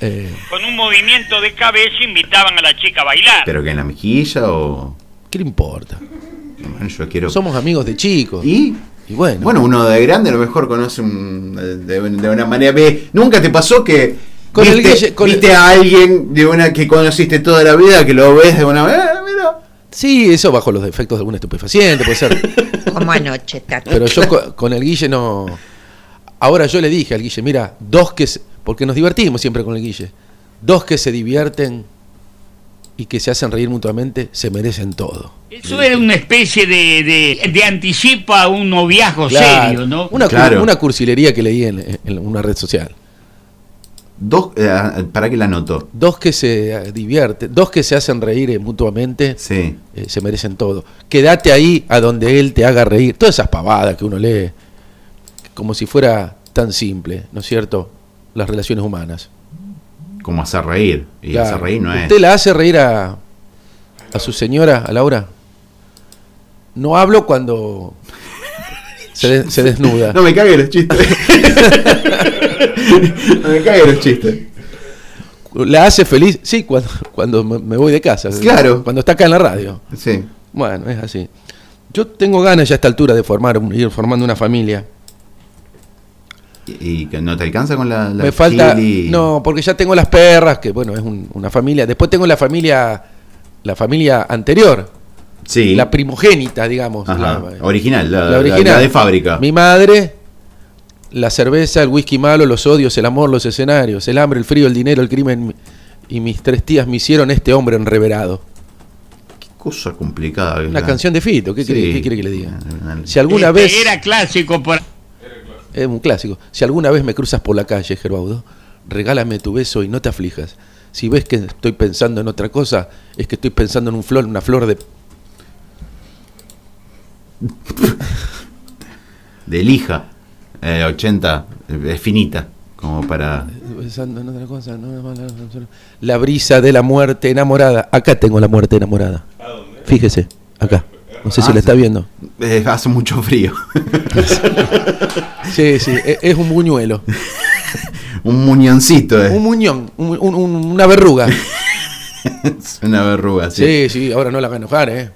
Eh,
Con un movimiento de cabeza invitaban a la chica a bailar.
¿Pero que en la mejilla o.?
¿Qué le importa?
Bueno, yo quiero.
Somos amigos de chicos.
¿Y?
Y bueno,
Bueno, uno de grande a lo mejor conoce un- de, de una manera. ve, ¿Nunca te pasó que
Con el
viste,
Guille- con el-
viste a alguien de una que conociste toda la vida que lo ves de una manera? "Ah, mira.
sí, eso bajo los defectos de algún estupefaciente, puede ser.
Como anoche, Tato.
Pero yo co- con el Guille no. Ahora yo le dije al Guille, mira, dos que. se- Porque nos divertimos siempre con el Guille. Dos que se divierten y que se hacen reír mutuamente se merecen todo.
Eso era una especie de, de, de anticipo a un noviazgo
Claro.
serio, ¿no?
Una, cur-
Claro.
una cursilería que leí en, en una red social.
Dos. eh, ¿Para qué la noto?
Dos que se eh, divierten, dos que se hacen reír eh, mutuamente
Sí.
eh, se merecen todo. Quédate ahí a donde él te haga reír. Todas esas pavadas que uno lee, como si fuera tan simple, ¿no es cierto? Las relaciones humanas.
Como hacer reír. Y
Claro.
hacer reír no es.
¿Usted la hace reír a, a su señora, a Laura? No hablo cuando se, de- se desnuda.
No me cague los chistes. no me cague los chistes.
¿La hace feliz? Sí, cuando, cuando me- me voy de casa.
Claro.
Cuando está acá en la radio.
Sí.
Bueno, es así. Yo tengo ganas ya a esta altura de formar, un- ir formando una familia.
¿Y y que no te alcanza con la, la
me falta...
chili?
No, porque ya tengo las perras, que bueno, es un- una familia. Después tengo la familia, la familia anterior,
Sí.
la primogénita, digamos.
Ajá,
La-
original, la,
La
la-
original.
la de fábrica.
Mi madre, la cerveza, el whisky malo, los odios, el amor, los escenarios, el hambre, el frío, el dinero, el crimen. Y mis tres tías me hicieron este hombre enreverado.
Qué cosa complicada.
Una
¿verdad?
canción de Fito, ¿qué,
Sí.
quiere, qué quiere que le diga?
Una- una-
Si alguna
Este,
vez.
Era clásico por...
Es un clásico. Si alguna vez me cruzas por la calle, Gerbaudo, regálame tu beso y no te aflijas. Si ves que estoy pensando en otra cosa, es que estoy pensando en un flor, una flor de.
De lija. Eh, 80. eh, Es finita. Como para.
Pensando en otra cosa. no, no, no, no, no. La brisa de la muerte enamorada. Acá tengo la muerte enamorada. Fíjese, acá. No sé si
Ah,
la está
sí.
viendo.
Eh, hace mucho frío.
Sí, sí, e- es un buñuelo.
un muñoncito eh,
Un
es.
muñón, un- un- un- una verruga.
es una verruga. Sí.
Sí, sí, ahora no la va a enojar, ¿eh?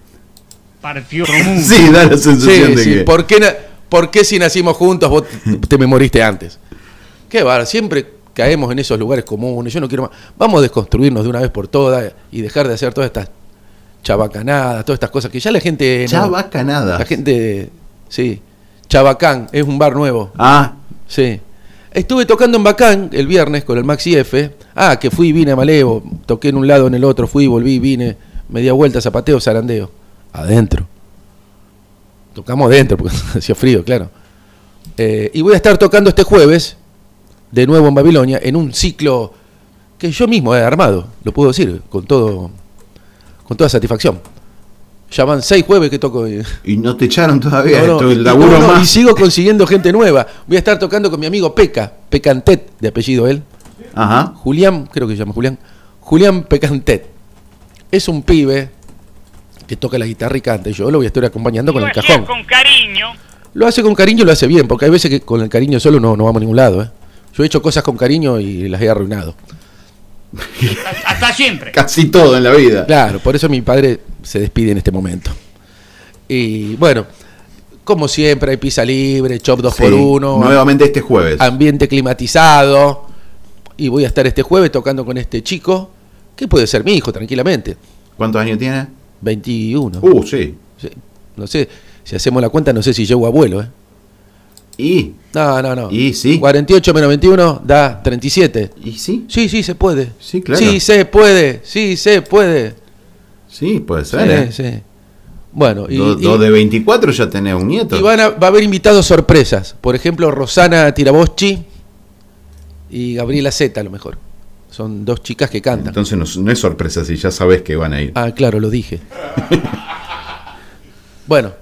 Partió otro mundo.
Sí, da la sensación
Sí,
de
sí,
que.
¿Por, qué, na- por qué si nacimos juntos vos te me moriste antes? Qué bárbaro, siempre caemos en esos lugares comunes. Yo no quiero más. Vamos a desconstruirnos de una vez por todas y dejar de hacer todas estas chabacanadas, todas estas cosas que ya la gente. no-
Chabacanadas.
La gente. Sí. Chabacán es un bar nuevo.
Ah,
Sí. Estuve tocando en Bacán el viernes con el Maxi F. Ah, que fui y vine a Malevo. Toqué en un lado, en el otro. Fui, volví, vine. Media vuelta, zapateo, zarandeo. Adentro. Tocamos adentro porque hacía frío, claro. Eh, y voy a estar tocando este jueves, de nuevo en Babilonia, en un ciclo que yo mismo he armado, lo puedo decir, con todo, con toda satisfacción. Ya van seis jueves que toco. eh,
y no te echaron todavía.
no, no,
esto, el
y
laburo
no, no, Y
más.
sigo consiguiendo gente nueva. Voy a estar tocando con mi amigo Peca, Pecantet, de apellido él.
Ajá.
Julián, creo que se llama Julián. Julián Pecantet. Es un pibe que toca la guitarra y canta. Y yo lo voy a estar acompañando con
Lo
el
hacía
cajón.
con cariño.
Lo hace con cariño y lo hace bien, porque hay veces que con el cariño solo no, no vamos a ningún lado. ¿eh? Yo he hecho cosas con cariño y las he arruinado.
Hasta, hasta siempre.
Casi todo en la vida.
Claro, por eso mi padre se despide en este momento. Y bueno, como siempre, hay pizza libre, chop 2
Sí,
por Ah. 1
Nuevamente este jueves.
ambiente climatizado. Y voy a estar este jueves tocando con este chico, que puede ser mi hijo tranquilamente,
¿Cuántos años tiene?
21.
Uh, sí.
Sí, No sé, si hacemos la cuenta, no sé si llego abuelo. ¿eh?
Y.
No, no, no.
Y sí.
48 menos 21 da 37.
¿Y sí?
Sí, sí, se puede.
Sí, claro.
Sí, se puede. Sí, se puede.
Sí, puede
Sí,
ser. ¿eh?
sí. Bueno, y,
Dos
y-
dos de 24 ya tenés un nieto.
y van a- va a haber invitados sorpresas. Por ejemplo, Rosana Tiraboschi y Gabriela Z, a lo mejor. Son dos chicas que cantan.
Entonces no, no es sorpresa si ya sabes que van a ir.
Ah, claro, lo dije. bueno,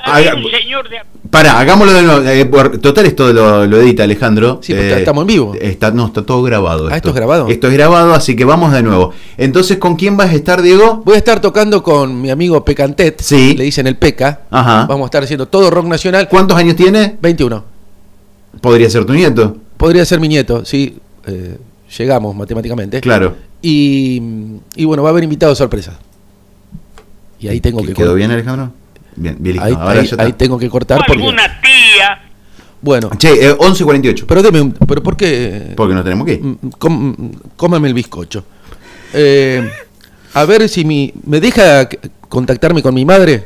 Haga-
Había un señor de...
Pará, hagámoslo de nuevo. eh, por- total, esto lo, lo edita Alejandro. Eh,
Sí, porque estamos en vivo.
Está, no, está todo grabado.
Ah, ¿esto es grabado?
Esto es grabado, así que vamos de nuevo. Entonces, ¿con quién vas a estar, Diego?
Voy a estar tocando con mi amigo Pecantet.
Sí. Ah.
Le dicen el Peca.
Ajá.
Vamos a estar haciendo todo rock nacional.
¿Cuántos años tiene?
21.
Podría ser tu nieto.
Podría ser mi nieto, sí. eh, llegamos matemáticamente.
Claro.
Y, y bueno, va a haber invitado sorpresa. Y ahí tengo que
¿Quedó
cor-
bien, Alejandro? Bien, bien listo.
Ahí,
Ahora
ahí-
ya está.
ahí tengo que
o
cortar porque.
alguna tía.
Bueno,
Che, eh, 11.48.
pero deme un. Pero ¿por qué?
Porque no tenemos que ir.
Mm, com- mm, cómame el bizcocho. Eh, a ver si mi. ¿Me deja c- contactarme con mi madre?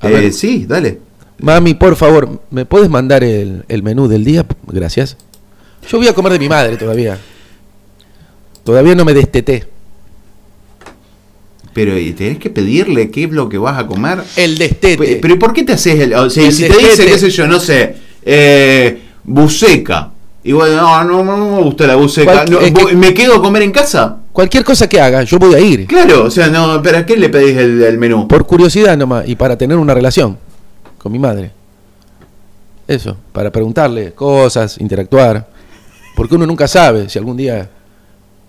A
Eh,
ver.
sí, dale.
Mami, por favor, ¿me puedes mandar el, el menú del día? Gracias. Yo voy a comer de mi madre todavía. Todavía no me desteté.
Pero eh, tenés que pedirle qué es lo que vas a comer.
El destete.
Pe- Pero ¿por qué te haces el.? O sea,
El
si te dice,
destete.
qué sé yo, no sé, eh, buceca. Y bueno, no, no, no me gusta la buceca.
Cual-
No,
es que-
¿vo- ¿Me quedo a comer en casa?
Cualquier cosa que haga, yo voy a ir.
Claro, o sea, no, ¿para qué le pedís el, el menú?
Por curiosidad nomás y para tener una relación con mi madre. Eso, para preguntarle cosas, interactuar. Porque uno nunca sabe si algún día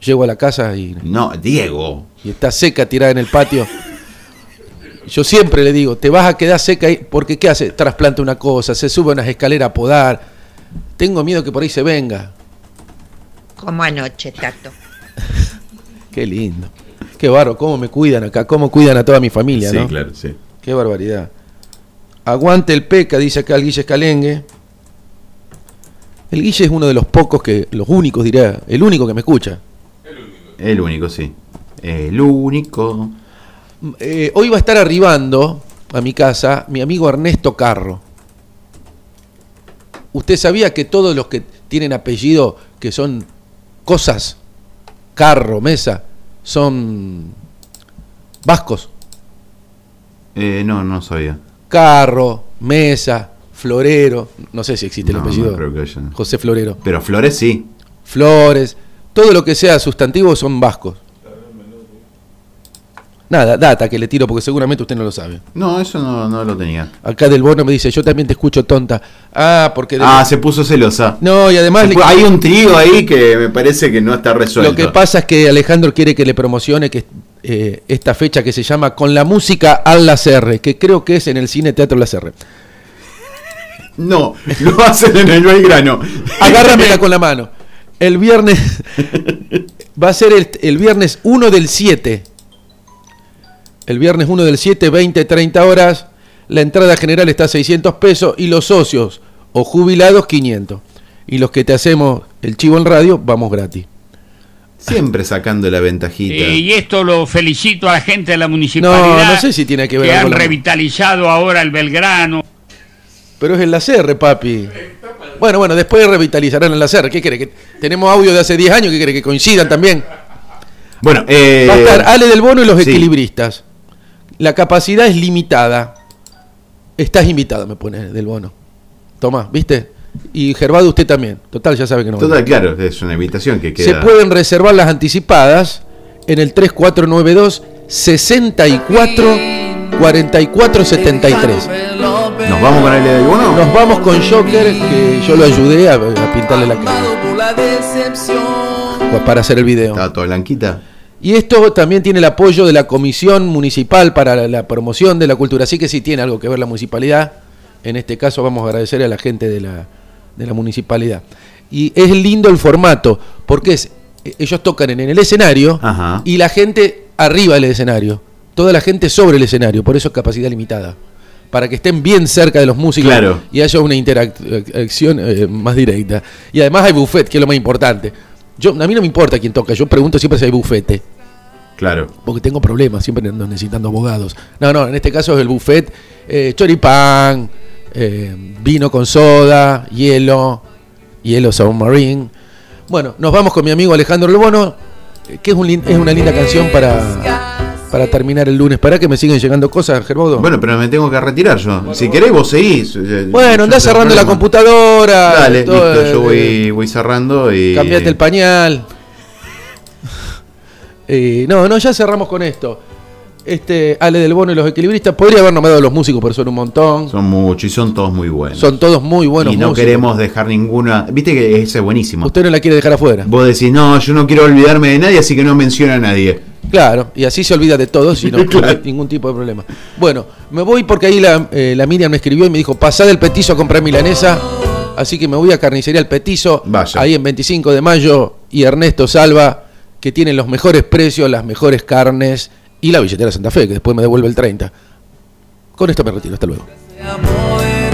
llego a la casa y,
No, Diego.
y está seca tirada en el patio. Yo siempre le digo, te vas a quedar seca ahí, porque ¿qué hace? Trasplanta una cosa, se sube a unas escaleras a podar. Tengo miedo que por ahí se venga.
Como anoche, Tato.
Qué lindo. Qué barro, cómo me cuidan acá, cómo cuidan a toda mi familia, ¿no?
claro, sí.
Qué barbaridad. Aguante el peca, dice acá el Guille Escalengue. El Guille es uno de los pocos que, los únicos dirá, el único que me escucha.
El único, sí. El único.
Eh, hoy va a estar arribando a mi casa mi amigo Ernesto Carro. ¿Usted sabía que todos los que tienen apellido que son cosas, carro, mesa, son vascos?
Eh, no, no sabía.
Carro, mesa, florero. No sé si existe el
No, no
apellido.
creo que haya.
José Florero.
Pero Flores sí.
flores, todo lo que sea sustantivo son vascos. Nada, data que le tiro porque seguramente usted no lo sabe.
No, eso no, no lo tenía.
Acá del bono me dice, yo también te escucho tonta. Ah, porque... del-
Ah, se puso celosa.
no, y además
Se
le-
pu- Hay un trío ahí que me parece que no está resuelto.
lo que pasa es que Alejandro quiere que le promocione que eh, esta fecha que se llama Con la música al las R, que creo que es en el cine Teatro Las R.
No, lo hacen en el Belgrano.
Agárramela con la mano. El viernes. va a ser el, el viernes 1 del 7. El viernes 1 del 7, 20, 30 horas. La entrada general está a 600 pesos y los socios o jubilados 500. Y los que te hacemos el chivo en radio, vamos gratis.
Siempre sacando la ventajita.
Eh, y esto lo felicito a la gente de la municipalidad.
No, no sé si tiene que ver algo
han
con la-
revitalizado ahora el Belgrano.
Pero es el láser, papi. Bueno, bueno, después revitalizarán el láser. ¿Qué crees? Que tenemos audio de hace 10 años que cree que coincidan también.
Bueno, eh,
Va a estar Ale del Bono y los
sí.
equilibristas. La capacidad es limitada. Estás invitado, me pone del Bono. Tomás, ¿viste? Y Gervado, usted también. Total, ya sabe que no.
total, claro, es una invitación que
Se
queda.
pueden reservar las anticipadas en el 3492 64 44 73.
Nos vamos con el del bono.
Nos vamos con Joker, que yo lo ayudé a, a pintarle la cara para hacer el video.
Está toda blanquita.
Y esto también tiene el apoyo de la Comisión Municipal para la, la Promoción de la Cultura, así que sí tiene algo que ver la municipalidad. En este caso vamos a agradecer a la gente de la, de la municipalidad. Y es lindo el formato, porque es, ellos tocan en, el escenario
Ajá.
y la gente arriba del escenario, toda la gente sobre el escenario, por eso es capacidad limitada, para que estén bien cerca de los músicos
Claro.
y haya una interacción eh, más directa. Y además hay buffet, que es lo más importante. Yo, a mí no me importa quién toca, yo pregunto siempre si hay bufete
Claro.
porque tengo problemas, siempre ando necesitando abogados. No, no, en este caso es el buffet, eh, choripán, eh, vino con soda, hielo, hielo submarine. Bueno, nos vamos con mi amigo Alejandro Lobono, eh, que es, un lin- es una linda canción para, para terminar el lunes. ¿Para que me siguen llegando cosas, Gerbodo? Bueno,
Bueno, pero me tengo que retirar yo. si querés, vos seguís. Eh, yo
andá
no tengo
cerrando la
problema.
computadora.
Dale,
todo,
listo, yo
eh,
voy, voy cerrando y.
Cambiate el Eh, pañal. Eh, no, no, ya cerramos con esto. Este, Ale del Bono y los equilibristas. Podría haber nombrado a los músicos, pero son un montón. Son,
Son muchos y son todos muy buenos.
todos muy buenos
y no
músicos.
queremos dejar ninguna. Viste que esa es buenísima.
Usted no la quiere dejar afuera.
Vos decís, no, yo no quiero olvidarme de nadie, así que no menciona a nadie.
Claro, y así se olvida de todos y no hay
Claro.
ningún tipo de problema. Bueno, me voy porque ahí la, eh, la Miriam me escribió y me dijo, pasá del petizo a comprar milanesa, así que me voy a carnicería al petizo,
Vaya.
ahí en 25 de mayo, y Ernesto Salva, que tiene los mejores precios, las mejores carnes, y la billetera Santa Fe, que después me devuelve el 30. Con esto me retiro, hasta luego.
Te amo, eh.